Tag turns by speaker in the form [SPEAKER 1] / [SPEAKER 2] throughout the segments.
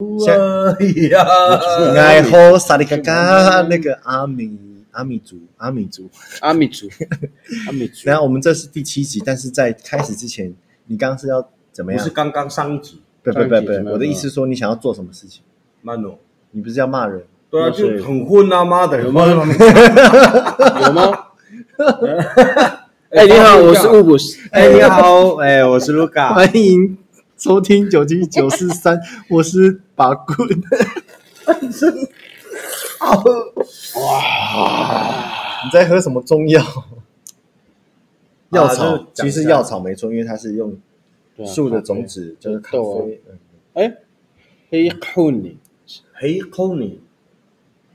[SPEAKER 1] 哎
[SPEAKER 2] 呀，
[SPEAKER 1] 呃
[SPEAKER 3] 爱好萨利嘎嘎那个阿米阿米族阿米族。
[SPEAKER 2] 阿米 族，阿米族
[SPEAKER 3] 然，后我们这是第七集，但是在开始之前，你刚刚是要怎么
[SPEAKER 1] 不
[SPEAKER 3] 样
[SPEAKER 1] 是？刚刚上一集
[SPEAKER 3] 不不
[SPEAKER 2] 上一集
[SPEAKER 3] 不
[SPEAKER 2] 怎么
[SPEAKER 3] 不，
[SPEAKER 2] 样
[SPEAKER 3] 我的意思是说你想要做什么事情？
[SPEAKER 1] 慢哦，
[SPEAKER 3] 你不是要骂人？
[SPEAKER 1] 对啊，
[SPEAKER 2] 那是
[SPEAKER 1] 就很混啊，妈的，有没有？
[SPEAKER 2] 有吗？哎，你好，我是乌布斯。
[SPEAKER 3] 哎你
[SPEAKER 1] 好，哎，我是卢卡，
[SPEAKER 3] 欢迎收听九七九四三，我是把棍。哇！你在喝什么中药？药
[SPEAKER 1] 啊就
[SPEAKER 3] 草，
[SPEAKER 1] 是讲
[SPEAKER 3] 其
[SPEAKER 1] 一下
[SPEAKER 3] 实药草没错，因为它是用
[SPEAKER 2] 对啊
[SPEAKER 3] 树的种子，就是咖
[SPEAKER 2] 豆啊
[SPEAKER 3] 啡。嗯
[SPEAKER 2] 哎，黑酷你，
[SPEAKER 1] 黑扣你，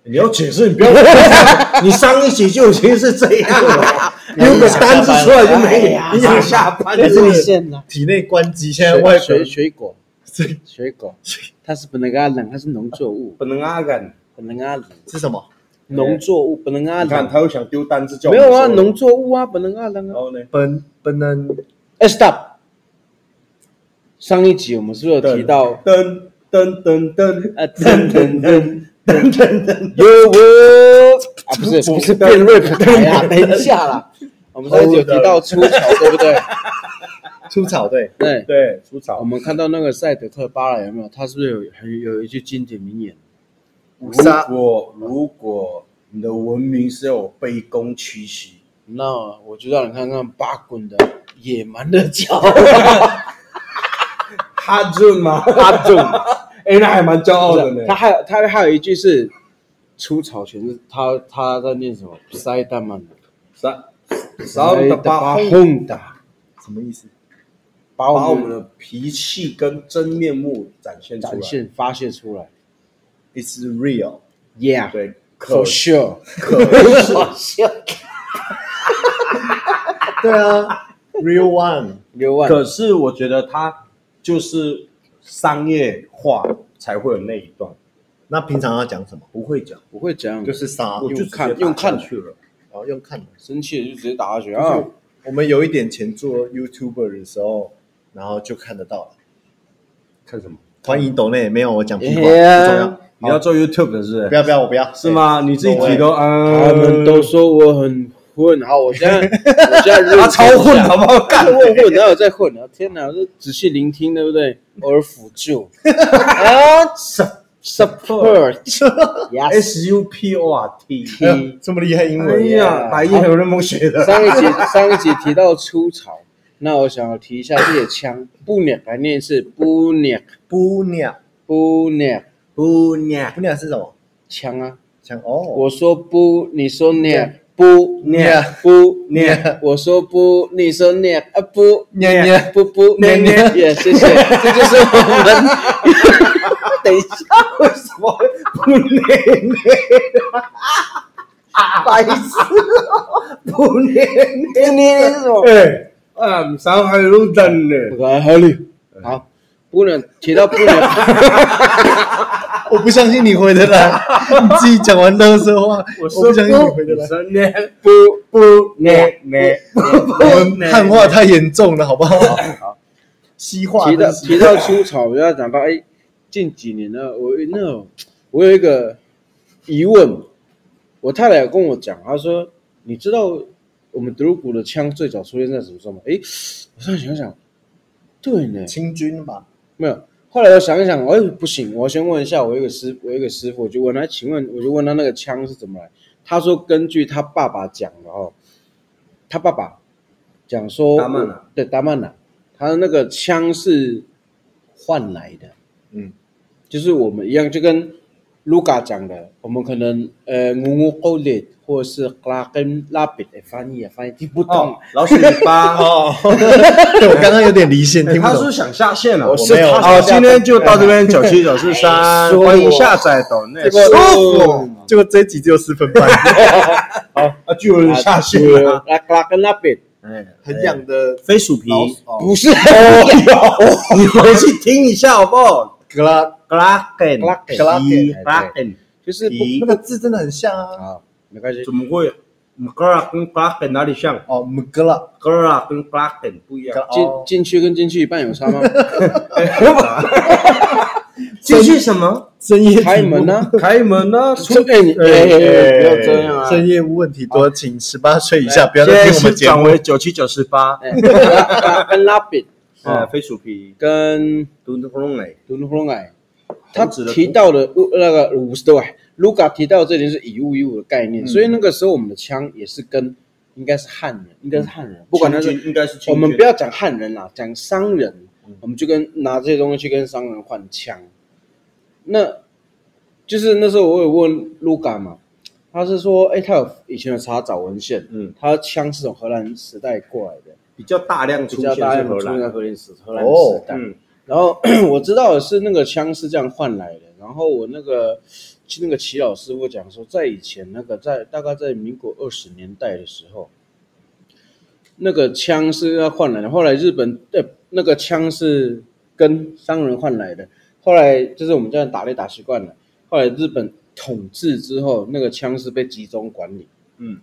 [SPEAKER 1] 你要解释，你不要解释，你上一集就已经是这样了，
[SPEAKER 3] 哎
[SPEAKER 1] 有个单子出来就没
[SPEAKER 2] 哎呀
[SPEAKER 1] 有，你想下班哎
[SPEAKER 2] 这
[SPEAKER 1] 就是
[SPEAKER 2] 你
[SPEAKER 1] 是
[SPEAKER 2] 现呢？
[SPEAKER 3] 体内关机，现在
[SPEAKER 2] 水
[SPEAKER 3] 外
[SPEAKER 2] 水
[SPEAKER 3] 水
[SPEAKER 2] 水果，
[SPEAKER 3] 水
[SPEAKER 2] 水果，它是不能阿冷，它是农作物，
[SPEAKER 1] 不能啊敢，
[SPEAKER 2] 不能阿冷，
[SPEAKER 3] 是什么？
[SPEAKER 2] 农作物不能阿
[SPEAKER 1] 你看
[SPEAKER 2] 冷。
[SPEAKER 1] 他又想丢单子叫我
[SPEAKER 2] 没
[SPEAKER 1] 们
[SPEAKER 2] 有啊，
[SPEAKER 1] 说
[SPEAKER 2] 农作物啊，不能阿冷
[SPEAKER 1] 然
[SPEAKER 2] 啊。
[SPEAKER 1] 后呢，
[SPEAKER 3] 本本能
[SPEAKER 2] 哎，stop。上一集我们是不是有提到？
[SPEAKER 1] 噔噔噔噔
[SPEAKER 2] 啊，等等等。
[SPEAKER 1] 噔噔噔，
[SPEAKER 2] 有我啊，不是不是变 rap 台啊，等一下啦，我们上次有提到出丑，对 不对？
[SPEAKER 3] 出草对，
[SPEAKER 2] 对，
[SPEAKER 1] 对，出
[SPEAKER 2] 我
[SPEAKER 1] 草，
[SPEAKER 2] 们看到那个赛德克巴莱有没有？他是不是有很有一句经典名言？
[SPEAKER 1] 如
[SPEAKER 3] 杀
[SPEAKER 1] 果如果你的文明是要有卑躬屈膝，
[SPEAKER 2] 那我就让你看看巴滚的野蛮的 脚，
[SPEAKER 1] 哈顿吗？
[SPEAKER 2] 他重，
[SPEAKER 1] 哎，那还蛮骄傲
[SPEAKER 2] 不
[SPEAKER 1] 的
[SPEAKER 2] 是
[SPEAKER 1] 呢。
[SPEAKER 2] 他还有他还有一句是出草全是他他在念什么？塞达曼，
[SPEAKER 1] 啥？然后的把
[SPEAKER 2] 轰达，
[SPEAKER 3] 什么意思？
[SPEAKER 2] 把
[SPEAKER 1] 把
[SPEAKER 2] 我
[SPEAKER 1] 我们
[SPEAKER 2] 们的
[SPEAKER 1] 的脾气跟真面目展现出来。
[SPEAKER 2] 展现发泄出来
[SPEAKER 3] It's real，
[SPEAKER 2] ，Yeah，for
[SPEAKER 1] 对，可
[SPEAKER 2] sure，
[SPEAKER 1] 可是
[SPEAKER 3] 对啊，real one，
[SPEAKER 2] 六万。
[SPEAKER 1] 可是我觉得他就是商业化才会有那一段，
[SPEAKER 3] 那平常要讲什么？
[SPEAKER 1] 不会讲，
[SPEAKER 2] 不会这样，
[SPEAKER 3] 就是杀，
[SPEAKER 1] 我就直接打
[SPEAKER 2] 看用看
[SPEAKER 1] 下去了。
[SPEAKER 3] 然后用看的。
[SPEAKER 2] 生气了就直接打下去
[SPEAKER 3] 就
[SPEAKER 2] 啊
[SPEAKER 3] 是！我们有一点钱做 YouTuber 的时候，然后就看得到了。
[SPEAKER 1] 看什么？
[SPEAKER 3] 欢迎抖内，没有我讲屁话，不重
[SPEAKER 2] Yeah
[SPEAKER 3] 要。
[SPEAKER 1] 你要做 YouTube 的是不
[SPEAKER 3] 不
[SPEAKER 1] 是？
[SPEAKER 3] 要不要，我不要。
[SPEAKER 1] 是吗？你自己提都嗯，
[SPEAKER 2] 他们都说我很混，好，我 现在我现在认真一
[SPEAKER 1] 他
[SPEAKER 2] 下
[SPEAKER 1] 超混好不好？干
[SPEAKER 2] 混混，哪有在混啊？天哪，这仔细聆听，对 不对？偶尔辅助啊，support，yes。
[SPEAKER 1] S U P O R T。
[SPEAKER 3] 哎这么厉害英
[SPEAKER 1] 哎
[SPEAKER 3] 文？
[SPEAKER 1] 呀，白夜有那么学的。
[SPEAKER 2] 上一集上一集提到出草，那我想要提一下猎枪，不鸟来念是不鸟
[SPEAKER 3] 布鸟，
[SPEAKER 2] 不鸟
[SPEAKER 1] 姑娘，
[SPEAKER 3] 布鸟是什么？
[SPEAKER 2] 枪啊！
[SPEAKER 3] 讲哦，
[SPEAKER 2] 我说不，你说鸟不
[SPEAKER 1] 鸟
[SPEAKER 2] 不
[SPEAKER 1] 鸟
[SPEAKER 2] 我说不，你说鸟啊不
[SPEAKER 3] 鸟鸟
[SPEAKER 2] 不不
[SPEAKER 3] 鸟鸟
[SPEAKER 2] 也谢谢， 这就是我们。 等一下，
[SPEAKER 1] 为什么不念念？
[SPEAKER 2] 白痴，
[SPEAKER 1] 不念念？
[SPEAKER 2] 你念什么？
[SPEAKER 1] 哎，啊，唔想去路灯呢。
[SPEAKER 2] 不敢合理。好，不能提到不 能，
[SPEAKER 3] 我不相信你回得来，你自己讲完乐色话，我不相信你回得来。
[SPEAKER 1] 说念
[SPEAKER 2] 不不
[SPEAKER 1] 念念，
[SPEAKER 3] 我们汉化太严重了，好不好？
[SPEAKER 2] 好
[SPEAKER 3] 西化
[SPEAKER 2] 提到
[SPEAKER 3] 真是
[SPEAKER 2] 提到出草，我要讲到哎，近几年呢，我那种我有一个疑问，我太太有跟我讲，她说你知道我们德鲁古的枪最早出现在什么时候吗？哎，我突然想想，对呢，
[SPEAKER 3] 清军吧？
[SPEAKER 2] 没有。后来我想一想，哎，不行，我要先问一下我一个师，我一个师傅，我就问他，请问，我就问他那个枪是怎么来？他说根据他爸爸讲的哦，他爸爸讲说，
[SPEAKER 1] 达曼啊
[SPEAKER 2] 对达曼纳，他的那个枪是换来的，
[SPEAKER 3] 嗯，
[SPEAKER 2] 就是我们一样，就跟卢卡讲的，我们可能呃，乌乌勾列或者是拉根拉比的翻译啊，翻译听不懂。
[SPEAKER 1] 哦，老鼠尾巴。
[SPEAKER 3] 哦，对我刚刚有点离线，听不
[SPEAKER 1] 他
[SPEAKER 3] 懂
[SPEAKER 1] 是。想下线了，
[SPEAKER 2] 我是
[SPEAKER 3] 没有
[SPEAKER 2] 他
[SPEAKER 1] 好，
[SPEAKER 2] 想
[SPEAKER 1] 今天就到这边九 七九四三，
[SPEAKER 2] 说我
[SPEAKER 1] 欢迎下载抖内
[SPEAKER 2] 这
[SPEAKER 1] 舒
[SPEAKER 2] 个
[SPEAKER 1] 服
[SPEAKER 3] 结果这一集只有四分半，
[SPEAKER 1] 啊，就有人下啊线
[SPEAKER 2] 拉
[SPEAKER 1] 了，
[SPEAKER 2] 拉根拉比
[SPEAKER 1] 哎，
[SPEAKER 3] 很痒的
[SPEAKER 1] 飞鼠皮，
[SPEAKER 3] 老鼠
[SPEAKER 2] 不是。
[SPEAKER 3] 哦
[SPEAKER 1] 你回去听一下好不好
[SPEAKER 3] 格拉，
[SPEAKER 1] ？Glacken
[SPEAKER 3] Glacken
[SPEAKER 1] Glacken
[SPEAKER 2] 就是不
[SPEAKER 1] 皮
[SPEAKER 3] 那个字真的很像啊。
[SPEAKER 2] 啊，没关系，
[SPEAKER 1] 怎么会？Gla 跟 Glacken 哪里像
[SPEAKER 3] 哦，姆格拉，
[SPEAKER 1] ？Gla 跟
[SPEAKER 2] 哦
[SPEAKER 1] Glacken 不一样。
[SPEAKER 2] 进
[SPEAKER 3] 哦
[SPEAKER 2] 进去跟进去一半有差吗？
[SPEAKER 1] 哎这是什么？
[SPEAKER 3] 深夜
[SPEAKER 2] 开门
[SPEAKER 3] 呢？
[SPEAKER 2] 啊，
[SPEAKER 1] 开门啊！
[SPEAKER 2] 说哎你哎哎哎，不要这样啊！
[SPEAKER 3] 深夜问题多，请十八岁以下不要
[SPEAKER 1] 现在
[SPEAKER 3] 再听我
[SPEAKER 1] 是
[SPEAKER 3] 们节
[SPEAKER 1] 转
[SPEAKER 3] 目。
[SPEAKER 1] 为九七九十八，
[SPEAKER 2] 哎跟跟拉比哦
[SPEAKER 1] 呃，飞鼠皮，
[SPEAKER 2] 跟
[SPEAKER 1] 嘟嘟隆嘞，
[SPEAKER 2] 卢卢龙矮，他
[SPEAKER 1] 指的
[SPEAKER 2] 提到的呃那个五十多哎，卢卡提到这点是以物易物的概念，所以那个时候我们的枪也是跟应该是汉人，应该是汉人，不管他
[SPEAKER 1] 清
[SPEAKER 2] 是
[SPEAKER 1] 军应该是清
[SPEAKER 2] 我们
[SPEAKER 1] 军
[SPEAKER 2] 不要讲汉人啦，讲商人，
[SPEAKER 1] 嗯
[SPEAKER 2] 我们就跟拿这些东西去跟商人换枪。那就是那时候我有问卢卡嘛，他是说，哎，他有以前有查找文献，
[SPEAKER 1] 嗯，
[SPEAKER 2] 他枪是从荷兰时代过来的，
[SPEAKER 1] 比较大量
[SPEAKER 2] 比
[SPEAKER 1] 出现
[SPEAKER 2] 较
[SPEAKER 1] 是
[SPEAKER 2] 大量
[SPEAKER 1] 荷
[SPEAKER 2] 出现在
[SPEAKER 1] 兰，
[SPEAKER 2] 荷兰时荷兰
[SPEAKER 3] 哦
[SPEAKER 2] 时代。
[SPEAKER 1] 嗯，
[SPEAKER 2] 然后 我知道的是那个枪是这样换来的。然后我那个那个齐老师跟我讲说，在以前那个在大概在民国二十年代的时候，那个枪是要换来的。后来日本呃那个枪是跟商人换来的。后来就是我们这样打猎打习惯了。后来日本统治之后，那个枪是被集中管理。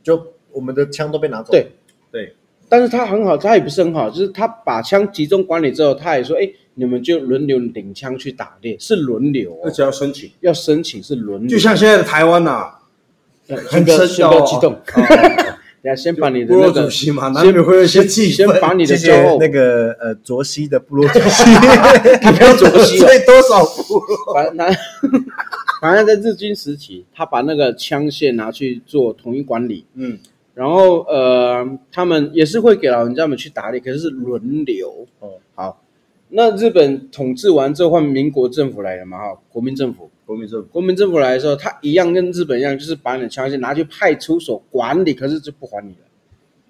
[SPEAKER 3] 就我们的枪都被拿走，
[SPEAKER 2] 对，
[SPEAKER 1] 对，
[SPEAKER 2] 但是他很好，他也不是很好，就是他把枪集中管理之后，他也说，哎，你们就轮流领枪去打猎，是轮流、
[SPEAKER 1] 而
[SPEAKER 2] 哦，嗯
[SPEAKER 1] 且要申请，
[SPEAKER 2] 要申请是轮流。呃
[SPEAKER 1] 就像现在的台湾呐，
[SPEAKER 2] 对
[SPEAKER 1] 很
[SPEAKER 2] 先不要
[SPEAKER 1] 深
[SPEAKER 2] 先不要
[SPEAKER 1] 奥
[SPEAKER 2] 激
[SPEAKER 1] 哦
[SPEAKER 2] 动， 等下先把你的
[SPEAKER 1] 部落
[SPEAKER 2] 那个
[SPEAKER 1] 主席嘛，难免会有一些气
[SPEAKER 2] 先
[SPEAKER 1] 氛。
[SPEAKER 2] 把你的
[SPEAKER 3] 谢
[SPEAKER 2] 骄
[SPEAKER 3] 谢
[SPEAKER 2] 傲，
[SPEAKER 3] 那个呃卓西的部落主 席，
[SPEAKER 2] 他不要左西了
[SPEAKER 1] 所，以多少部落？
[SPEAKER 2] 反 正反正在日军时期，他把那个枪械拿去做统一管理，
[SPEAKER 1] 嗯，
[SPEAKER 2] 然后呃，他们也是会给老人家们去打猎，可是是轮流。
[SPEAKER 1] 哦，
[SPEAKER 2] 好，那日本统治完之后换民国政府来了嘛，哈，国民政府。
[SPEAKER 1] 国民政府
[SPEAKER 2] 国民政府来的时候，他一样跟日本一样，就是把你的枪械拿去派出所管理，可是就不还你了，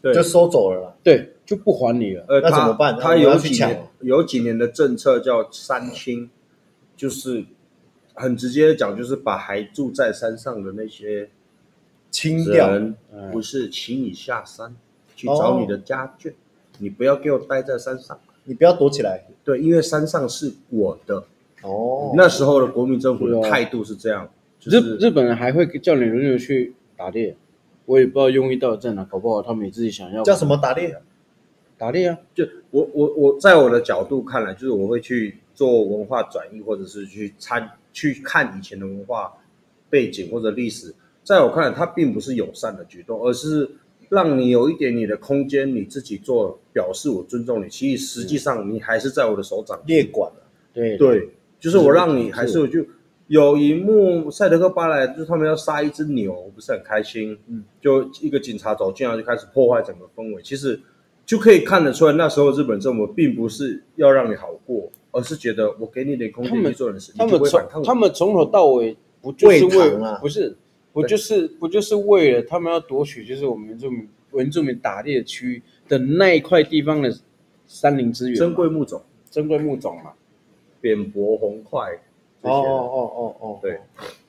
[SPEAKER 1] 对
[SPEAKER 3] 就收走了啦。
[SPEAKER 2] 对，就不还你了。
[SPEAKER 1] 呃，
[SPEAKER 3] 那
[SPEAKER 1] 他
[SPEAKER 3] 怎么办我
[SPEAKER 1] 他
[SPEAKER 3] 们
[SPEAKER 1] 有
[SPEAKER 3] 要去
[SPEAKER 1] 几
[SPEAKER 3] 抢
[SPEAKER 1] 年
[SPEAKER 3] 哦
[SPEAKER 1] 有几年的政策叫三清，就是很直接的讲，就是把还住在山上的那些
[SPEAKER 3] 清掉，哎哦
[SPEAKER 1] 人
[SPEAKER 2] 嗯，
[SPEAKER 1] 不是请你下山去找你的家眷，你不要给我待在山上。
[SPEAKER 3] 你不要躲起来。
[SPEAKER 1] 对，因为山上是我的。
[SPEAKER 3] 哦，
[SPEAKER 1] 那时候的国民政府的
[SPEAKER 2] 对啊
[SPEAKER 1] 态度是这样，就
[SPEAKER 2] 日
[SPEAKER 1] 是
[SPEAKER 2] 日本人还会叫你轮流去打猎，我也不知道用意到底在哪，搞不好他们也自己想要
[SPEAKER 3] 叫什么打猎？
[SPEAKER 2] 打猎啊，
[SPEAKER 1] 就我我我在我的角度看来，就是我会去做文化转移，或者是去参去看以前的文化背景或者历史。在我看来，它并不是友善的举动，而是让你有一点你的空间，你自己做表示我尊重你。其实实际上你还是在我的手掌
[SPEAKER 3] 猎馆啊
[SPEAKER 2] 对，
[SPEAKER 1] 对，就是我让你还是我就有一幕《赛德克巴莱》，就是他们要杀一只牛，我不是很开心。
[SPEAKER 3] 嗯，
[SPEAKER 1] 就一个警察走进来就开始破坏整个氛围。其实就可以看得出来，那时候日本政府并不是要让你好过，而是觉得我给你点空
[SPEAKER 2] 他
[SPEAKER 1] 间
[SPEAKER 2] 们
[SPEAKER 1] 去做人事，
[SPEAKER 2] 他
[SPEAKER 1] 你就
[SPEAKER 2] 们
[SPEAKER 1] 不会
[SPEAKER 2] 从
[SPEAKER 1] 反抗我。
[SPEAKER 2] 他们从头到尾不就是
[SPEAKER 3] 喂
[SPEAKER 2] 为
[SPEAKER 3] 糖啊
[SPEAKER 2] 不是不就是不就是为了他们要夺取就是我们原住民原住民打猎区域的那一块地方的山林资源嘛，
[SPEAKER 1] 珍贵木种、
[SPEAKER 2] 珍贵物种嘛，
[SPEAKER 1] 扁柏、红块这
[SPEAKER 3] 哦
[SPEAKER 1] 些。
[SPEAKER 3] 哦哦哦，
[SPEAKER 1] 对，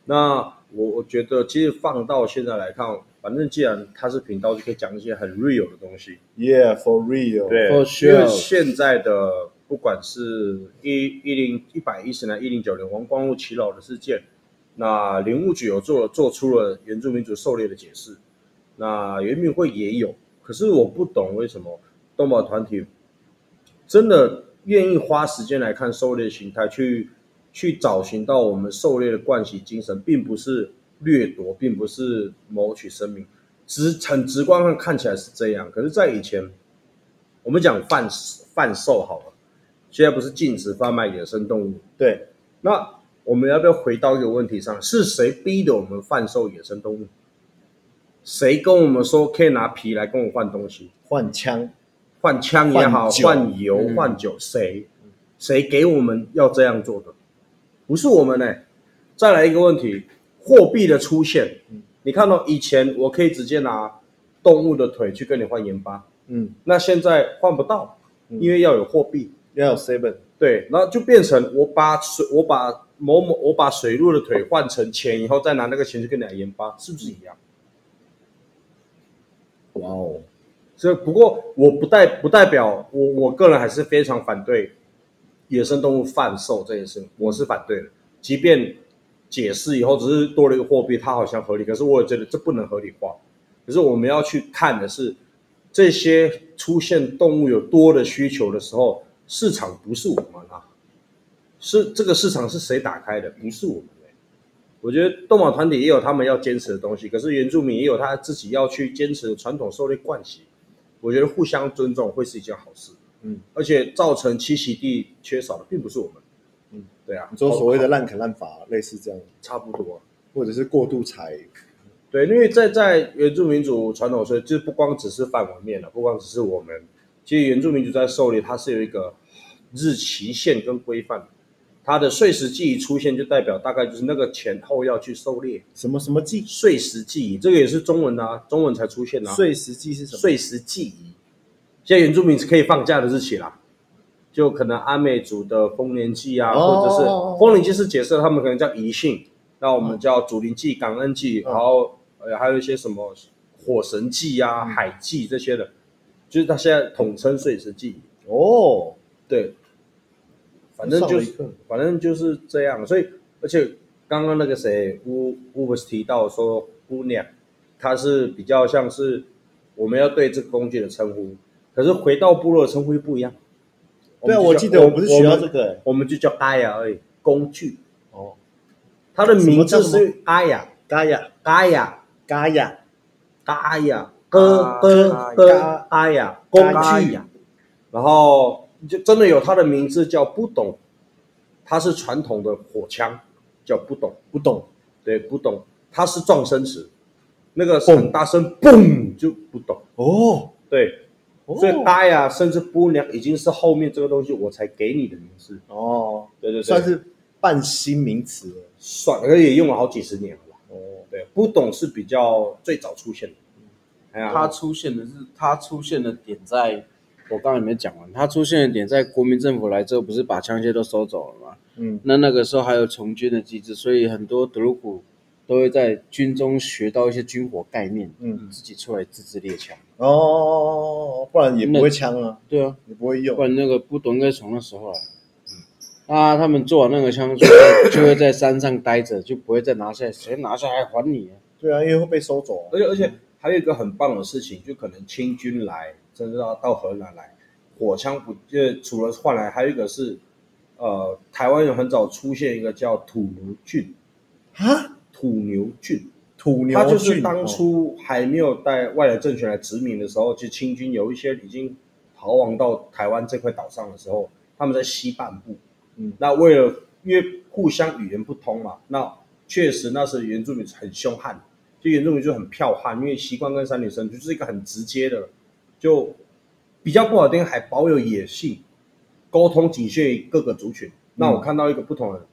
[SPEAKER 1] 那我我觉得其实放到现在来看，反正既然它是频道，就可以讲一些很 real 的东西。
[SPEAKER 3] ，Yeah，for real。，
[SPEAKER 2] For sure
[SPEAKER 1] 因为现在的不管是一一零一百一十年、一零九年王光禄骑楼的事件，那林务局有做做出了原住民族狩猎的解释，那原民会也有，可是我不懂为什么动保团体真的愿意花时间来看狩猎形态，去去找寻到我们狩猎的惯习精神，并不是掠夺，并不是谋取生命，直很直观上看起来是这样，可是，在以前。我们讲贩贩售好了，现在不是禁止贩卖野生动物？
[SPEAKER 3] 对，
[SPEAKER 1] 那我们要不要回到一个问题上？是谁逼的我们贩售野生动物？谁跟我们说可以拿皮来跟我换东西？
[SPEAKER 3] 换枪，
[SPEAKER 1] 换枪也好，
[SPEAKER 3] 换酒
[SPEAKER 1] 换油、
[SPEAKER 2] 嗯
[SPEAKER 1] 换酒，谁谁给我们要这样做的？不是我们呢、再来一个问题，货币的出现，
[SPEAKER 3] 嗯
[SPEAKER 1] 你看到以前我可以直接拿动物的腿去跟你换盐巴，
[SPEAKER 3] 嗯，
[SPEAKER 1] 那现在换不到，因为要有货币。
[SPEAKER 3] 要有 seven，
[SPEAKER 1] 对，然后就变成我把水，我把某某，我把水路的腿换成钱，以后再拿那个钱去跟你盐巴，是不是一样？
[SPEAKER 3] 哇哦，
[SPEAKER 1] 所以，不过我不代不代表我我个人还是非常反对野生动物贩售这件事情，我是反对的。即便解释以后只是多了一个货币，它好像合理，可是我也觉得这不能合理化。可是我们要去看的是，这些出现动物有多的需求的时候，市场不是我们啊，是这个市场是谁打开的？不是我们、欸。我觉得动保团体也有他们要坚持的东西，可是原住民也有他自己要去坚持的传统狩猎惯习。我觉得互相尊重会是一件好事。
[SPEAKER 3] 嗯，
[SPEAKER 1] 而且造成栖息地缺少的并不是我们。
[SPEAKER 3] 嗯，
[SPEAKER 1] 对啊，
[SPEAKER 3] 你说所谓的滥砍滥伐，类似这样，
[SPEAKER 1] 差不多。
[SPEAKER 3] 或者是过度采，
[SPEAKER 1] 对，因为在在原住民族传统所以就是不光只是范围面了，不光只是我们，其实原住民族在狩猎，它是有一个日期限跟规范的，它的碎石记忆出现就代表大概就是那个前后要去狩猎。
[SPEAKER 3] 什么什么季，
[SPEAKER 1] 碎石记忆这个也是中文啊，中文才出现啊。
[SPEAKER 3] 碎石季是什么？
[SPEAKER 1] 碎石记忆，现在原住民是可以放假的日期啦，就可能阿美族的丰年祭啊，
[SPEAKER 3] 哦
[SPEAKER 1] 或者是丰年祭是解释他们可能叫遗信，那我们叫祖灵祭、感恩祭，
[SPEAKER 3] 嗯
[SPEAKER 1] 然后呃还有一些什么火神祭
[SPEAKER 3] 嗯
[SPEAKER 1] 啊、海祭这些的，就是他现在统称碎石祭。
[SPEAKER 3] 哦，
[SPEAKER 1] 对，反正就
[SPEAKER 3] 上了一
[SPEAKER 1] 是
[SPEAKER 3] 课
[SPEAKER 1] 反正就是这样，所以而且刚刚那个谁乌乌不是提到说姑娘，她是比较像是我们要对这个工具的称呼，可是回到部落的称呼又不一样。
[SPEAKER 3] 对啊，
[SPEAKER 1] 们
[SPEAKER 3] 我
[SPEAKER 1] 就
[SPEAKER 3] 记
[SPEAKER 1] 叫
[SPEAKER 3] 得我不是学到这，
[SPEAKER 1] 们
[SPEAKER 3] 个、欸，
[SPEAKER 1] 我们就叫阿雅而已，工具。
[SPEAKER 3] 哦，
[SPEAKER 1] 它的名
[SPEAKER 3] 什么叫
[SPEAKER 1] 字
[SPEAKER 3] 什么
[SPEAKER 1] 是阿雅，
[SPEAKER 3] 嘎呀
[SPEAKER 1] 阿雅，
[SPEAKER 3] 嘎呀，
[SPEAKER 1] 阿雅，哥
[SPEAKER 2] 啊
[SPEAKER 1] 哥哥，阿雅，工
[SPEAKER 3] 嘎
[SPEAKER 1] 具。然后就真的有它的名字叫不懂，它是传统的火枪，叫不懂，
[SPEAKER 3] 不懂，
[SPEAKER 1] 对，不懂，它是撞声词，那个很大声，嘣就不懂，
[SPEAKER 3] 哦，
[SPEAKER 1] 对，
[SPEAKER 3] 哦
[SPEAKER 1] 所以大呀，甚至不娘已经是后面这个东西我才给你的名字，
[SPEAKER 3] 哦，
[SPEAKER 1] 对对对，
[SPEAKER 3] 算是半新名词了，
[SPEAKER 1] 算，而且也用了好几十年了吧，
[SPEAKER 3] 哦，
[SPEAKER 1] 对，不懂是比较最早出现的，哎呀，
[SPEAKER 2] 它出现的是它出现的点在，我刚才没讲完，它出现的点在国民政府来之后，不是把枪械都收走了吗？
[SPEAKER 3] 嗯，
[SPEAKER 2] 那那个时候还有从军的机制，所以很多德鲁古都会在军中学到一些军火概念，
[SPEAKER 3] 嗯，
[SPEAKER 2] 自己出来自制猎枪。
[SPEAKER 3] 哦，不然也不会枪啊，
[SPEAKER 2] 对啊，
[SPEAKER 3] 也不会
[SPEAKER 2] 不
[SPEAKER 3] 用，
[SPEAKER 2] 然那个不懂应该从那时候来。
[SPEAKER 1] 嗯
[SPEAKER 2] 啊，他们做完那个枪之后， 就会在山上待着，就不会再拿下来。谁拿下来还你啊？
[SPEAKER 3] 对啊，因为会被收走、啊
[SPEAKER 1] 而，且而且还有一个很棒的事情，就可能清军来，甚至到到荷兰来，火枪不就是除了换来，还有一个是，呃，台湾有很早出现一个叫土牛郡，
[SPEAKER 3] 啊，
[SPEAKER 1] 土牛郡，
[SPEAKER 3] 土牛
[SPEAKER 1] 它就是
[SPEAKER 3] 菌
[SPEAKER 1] 当
[SPEAKER 3] 哦
[SPEAKER 1] 初还没有带外来政权来殖民的时候，其实清军有一些已经逃亡到台湾这块岛上的时候，他们在西半部，
[SPEAKER 3] 嗯
[SPEAKER 1] 那为了因为互相语言不通嘛，那确实那时原住民很凶悍，就原住民就很剽悍，因为习惯跟山里生就是一个很直接的，就比较不好听，还保有野性，沟通仅限于各个族群。那我看到一个不同的，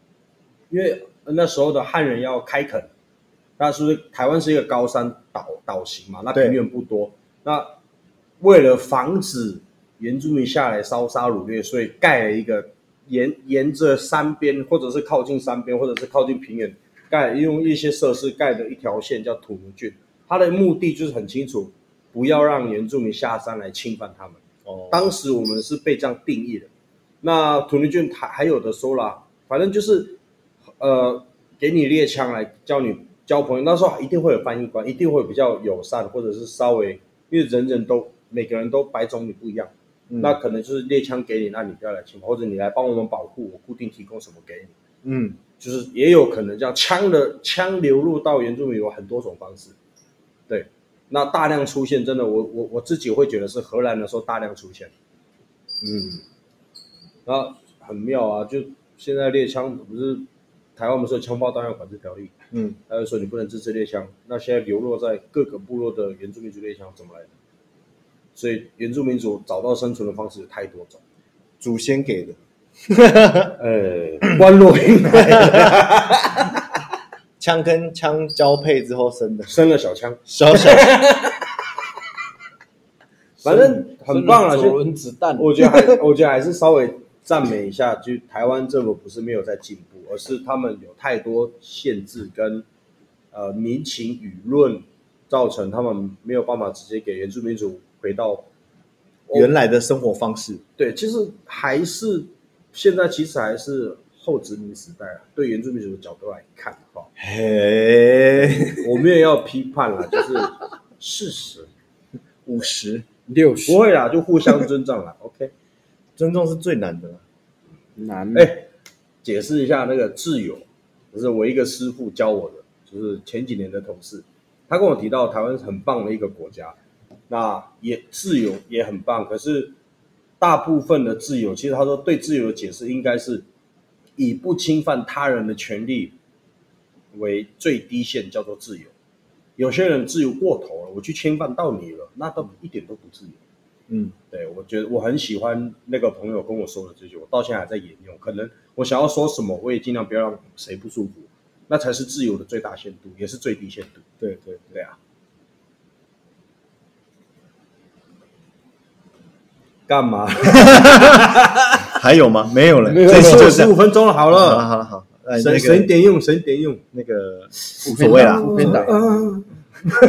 [SPEAKER 1] 因为那时候的汉人要开垦，那是不是台湾是一个高山岛岛型嘛？那
[SPEAKER 3] 对
[SPEAKER 1] 平原不多，那为了防止原住民下来烧杀掳掠，所以盖了一个沿沿着山边，或者是靠近山边，或者是靠近平原，盖用一些设施盖的一条线叫土木郡。它的目的就是很清楚，不要让原住民下山来侵犯他们。
[SPEAKER 3] 哦，
[SPEAKER 1] 当时我们是被这样定义的。那土牛郡还还有的说啦，反正就是，呃，给你猎枪来教你交朋友，那时候一定会有翻译官，一定会比较友善，或者是稍微，因为人人都每个人都白种你不一样，
[SPEAKER 3] 嗯
[SPEAKER 1] 那可能就是猎枪给你，那你不要来侵犯，或者你来帮我们保护，我固定提供什么给你，
[SPEAKER 3] 嗯
[SPEAKER 1] 就是也有可能这样，枪的枪流入到原住民有很多种方式，对，那大量出现，真的我我我自己会觉得是荷兰的时候大量出现，嗯，然后很妙啊，就现在猎枪不是台湾不是有枪炮弹药管制条例，
[SPEAKER 3] 嗯，
[SPEAKER 1] 还有说你不能自制猎枪，那现在流落在各个部落的原住民族猎枪怎么来的？所以原住民族找到生存的方式有太多种，
[SPEAKER 3] 祖先给的，
[SPEAKER 1] 呃，关落英来的
[SPEAKER 3] 枪跟枪交配之后生的，
[SPEAKER 1] 生了小枪。
[SPEAKER 3] 小 小
[SPEAKER 1] 反正很棒啊了，
[SPEAKER 2] 左
[SPEAKER 1] 就
[SPEAKER 2] 轮子弹，
[SPEAKER 1] 我觉得还， 我觉得还是稍微赞美一下，就台湾政府不是没有在进步，而是他们有太多限制跟呃民情舆论，造成他们没有办法直接给原住民族回到
[SPEAKER 3] 原来的生活方式，
[SPEAKER 1] 对，其实还是现在其实还是后殖民时代啊，对原住民族的角度来看的话，
[SPEAKER 3] 嘿，
[SPEAKER 1] 我们也要批判了，就是事实，
[SPEAKER 3] 五十
[SPEAKER 2] 六十
[SPEAKER 1] 不会啦，就互相尊重啦，OK。
[SPEAKER 3] 尊重是最难的啦，
[SPEAKER 2] 难。
[SPEAKER 1] 哎、解释一下那个挚友，就是我一个师傅教我的，就是前几年的同事，他跟我提到台湾是很棒的一个国家，那也自由也很棒，可是大部分的自由，其实他说对自由的解释应该是以不侵犯他人的权利为最低限，叫做自由。有些人自由过头了，我去侵犯到你了，那都一点都不自由。
[SPEAKER 3] 嗯，
[SPEAKER 1] 对，我觉得我很喜欢那个朋友跟我说的这句，我到现在还在沿用。可能我想要说什么，我也尽量不要让谁不舒服，那才是自由的最大限度，也是最低限度。
[SPEAKER 3] 对对对，
[SPEAKER 1] 对啊。干 嘛？
[SPEAKER 3] 还有吗？没有了，
[SPEAKER 2] 没有
[SPEAKER 3] 这期就这
[SPEAKER 1] 十
[SPEAKER 3] 样
[SPEAKER 1] 五。分钟了，好
[SPEAKER 3] 好了
[SPEAKER 1] 了，
[SPEAKER 3] 好了好了，哎，
[SPEAKER 1] 省
[SPEAKER 3] 那
[SPEAKER 1] 省
[SPEAKER 3] 个
[SPEAKER 1] 点用，省点用。
[SPEAKER 3] 那个无所谓啦，
[SPEAKER 2] 副编导，